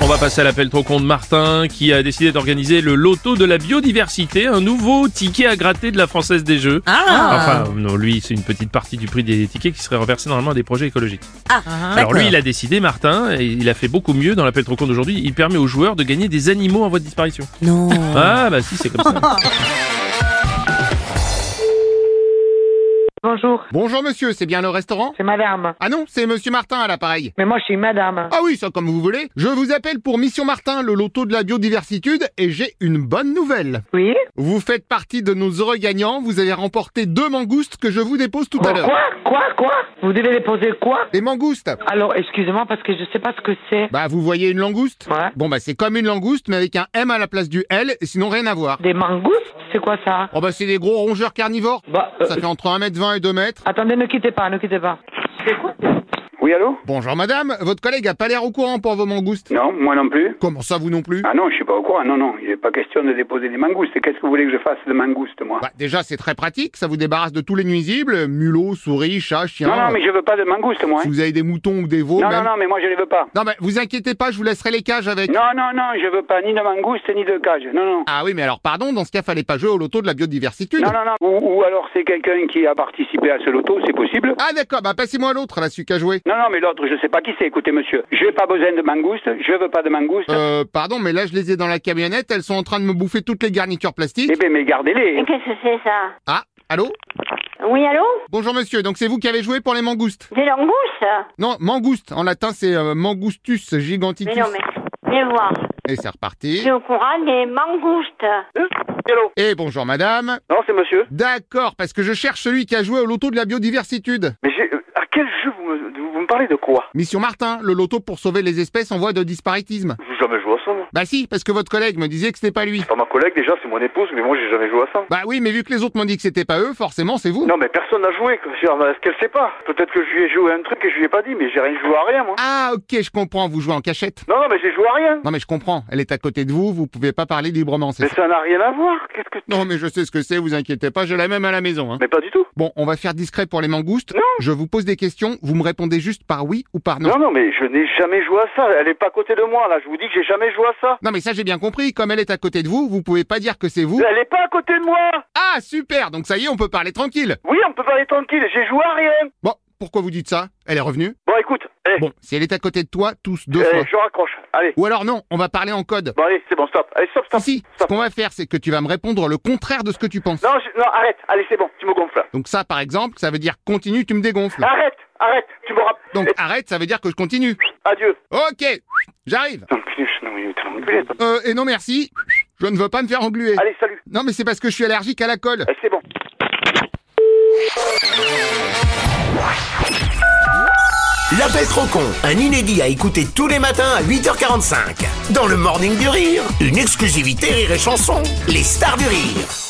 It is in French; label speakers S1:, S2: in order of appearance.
S1: On va passer à l'appel trop con de Martin qui a décidé d'organiser le loto de la biodiversité, un nouveau ticket à gratter de la Française des Jeux. Enfin, non, lui, c'est une petite partie du prix des tickets qui serait reversée normalement à des projets écologiques. Alors lui, il a décidé, Martin, et il a fait beaucoup mieux dans l'appel trop con d'aujourd'hui. Il permet aux joueurs de gagner des animaux en voie de disparition.
S2: Non.
S1: Ah bah si, c'est comme ça.
S3: Bonjour,
S4: Bonjour monsieur, c'est bien le restaurant
S3: c'est madame.
S4: Ah non, c'est monsieur Martin à l'appareil.
S3: Mais moi, je suis madame.
S4: Ah oui, ça comme vous voulez. Je vous appelle pour Mission Martin, le loto de la biodiversité, et j'ai une bonne nouvelle.
S3: Oui
S4: Vous faites partie de nos heureux gagnants, vous avez remporté deux mangoustes que je vous dépose tout à
S3: Bon,
S4: l'heure.
S3: Quoi Quoi Quoi Vous devez déposer quoi
S4: Des mangoustes
S3: Alors, excusez-moi parce que je sais pas ce que c'est.
S4: Bah vous voyez une langouste
S3: Ouais.
S4: Bon bah c'est comme une langouste mais avec un M à la place du L, et sinon rien à voir.
S3: Des mangoustes C'est quoi ça
S4: Oh bah c'est des gros rongeurs carnivores.
S3: Bah, euh,
S4: Ça fait entre 1m20 et 2m.
S3: attendez, ne quittez pas, ne quittez pas. C'est quoi
S5: Oui, allô
S4: Bonjour madame, votre collègue a pas l'air au courant pour vos mangoustes.
S5: Non, moi non plus.
S4: Comment ça vous non plus
S5: Ah non, je suis pas au courant. Non, non, il n'est pas question de déposer des mangoustes. Qu'est-ce que vous voulez que je fasse de mangoustes, moi
S4: Bah déjà c'est très pratique, ça vous débarrasse de tous les nuisibles, mulots, souris, chats, chiens.
S5: Non, non, mais je veux pas de mangoustes, moi. hein.
S4: Si vous avez des moutons ou des veaux
S5: Non,
S4: même.
S5: non, non, mais moi je les veux pas.
S4: Non, mais vous inquiétez pas, je vous laisserai les cages avec.
S5: Non, non, non, je veux pas ni de mangoustes ni de cages. Non, non.
S4: Ah oui, mais alors pardon, dans ce cas, fallait pas jouer au loto de la biodiversité.
S5: Non, non, non. Ou, ou alors c'est quelqu'un qui a participé à ce loto, c'est possible.
S4: Ah d'accord, bah passez-moi l'autre, là, celui qui a joué.
S5: Non, non, mais l'autre, je sais pas qui c'est. Écoutez, monsieur, j'ai pas besoin de mangoustes. Je veux pas de mangoustes.
S4: Euh, pardon, mais là, je les ai dans la camionnette, elles sont en train de me bouffer toutes les garnitures plastiques.
S5: Eh bien, mais gardez-les.
S6: Mais qu'est-ce que c'est ça
S4: Ah, allô
S6: Oui, allô
S4: Bonjour monsieur, donc c'est vous qui avez joué pour les mangoustes
S6: Des langoustes
S4: Non, mangoustes, en latin c'est euh, mangoustus
S6: Mais
S4: giganticus.
S6: non, mais viens voir.
S4: Et c'est reparti.
S6: Je suis au courant des mangoustes.
S5: Euh,
S4: Et bonjour madame.
S5: Non, c'est monsieur.
S4: D'accord, parce que je cherche celui qui a joué au loto de la biodiversité.
S5: Mais euh, à quel jeu vous me, vous me parlez de quoi
S4: Mission Martin, le loto pour sauver les espèces en voie de disparitisme.
S5: J'ai jamais joué à ça, moi.
S4: Bah si, parce que votre collègue me disait que c'était pas lui.
S5: Pas ma collègue déjà, c'est mon épouse, mais moi j'ai jamais joué à ça.
S4: Bah oui, mais vu que les autres m'ont dit que c'était pas eux, forcément c'est vous.
S5: Non, mais personne n'a joué. quoi. Je veux dire, Est-ce qu'elle sait pas Peut-être que je lui ai joué à un truc et je lui ai pas dit, mais j'ai rien joué à rien, moi.
S4: Ah ok, je comprends, vous jouez en cachette.
S5: Non, non, mais j'ai joué à rien.
S4: Non mais je comprends, elle est à côté de vous, vous pouvez pas parler librement, c'est
S5: Mais
S4: ça.
S5: ça n'a rien à voir. Qu'est-ce que.
S4: Non mais je sais ce que c'est, vous inquiétez pas, j'ai la même à la maison. Hein.
S5: Mais pas du tout.
S4: Bon, on va faire discret pour les mangoustes.
S5: Non.
S4: Je vous pose des questions, vous me répondez juste par oui ou par non.
S5: Non, non, mais je n'ai jamais joué à ça. Elle est pas à côté de moi, là. Je vous dis que j'ai jamais joué à ça.
S4: Non mais ça j'ai bien compris, comme elle est à côté de vous, vous pouvez pas dire que c'est vous.
S5: Elle est pas à côté de moi.
S4: Ah super, donc ça y est, on peut parler tranquille.
S5: Oui, on peut parler tranquille. J'ai joué à rien.
S4: Bon, pourquoi vous dites ça Elle est revenue
S5: Bon, écoute. eh,
S4: Bon, si elle est à côté de toi, tous deux
S5: eh,
S4: fois.
S5: je raccroche. Allez.
S4: Ou alors non, on va parler en code.
S5: Bon, allez, c'est bon, stop. Allez, stop, stop.
S4: Si, si, ce
S5: stop.
S4: qu'on va faire, c'est que tu vas me répondre le contraire de ce que tu penses.
S5: Non, je- non, arrête. Allez, c'est bon. Tu me gonfles.
S4: Donc ça, par exemple, ça veut dire continue, tu me dégonfles.
S5: Arrête, arrête. Tu me rappelles.
S4: Donc arrête, ça veut dire que je continue.
S5: Adieu.
S4: Ok, j'arrive.
S5: Non, putain, non, mais t'es enculé, toi.
S4: Euh, et non merci, je ne veux pas me faire engluer.
S5: Allez, salut.
S4: Non mais c'est parce que je suis allergique à la colle.
S5: Eh, c'est bon.
S7: L'appel trop con, un inédit à écouter tous les matins à 8h45. Dans le Morning du Rire, une exclusivité Rire et Chanson, les stars du rire.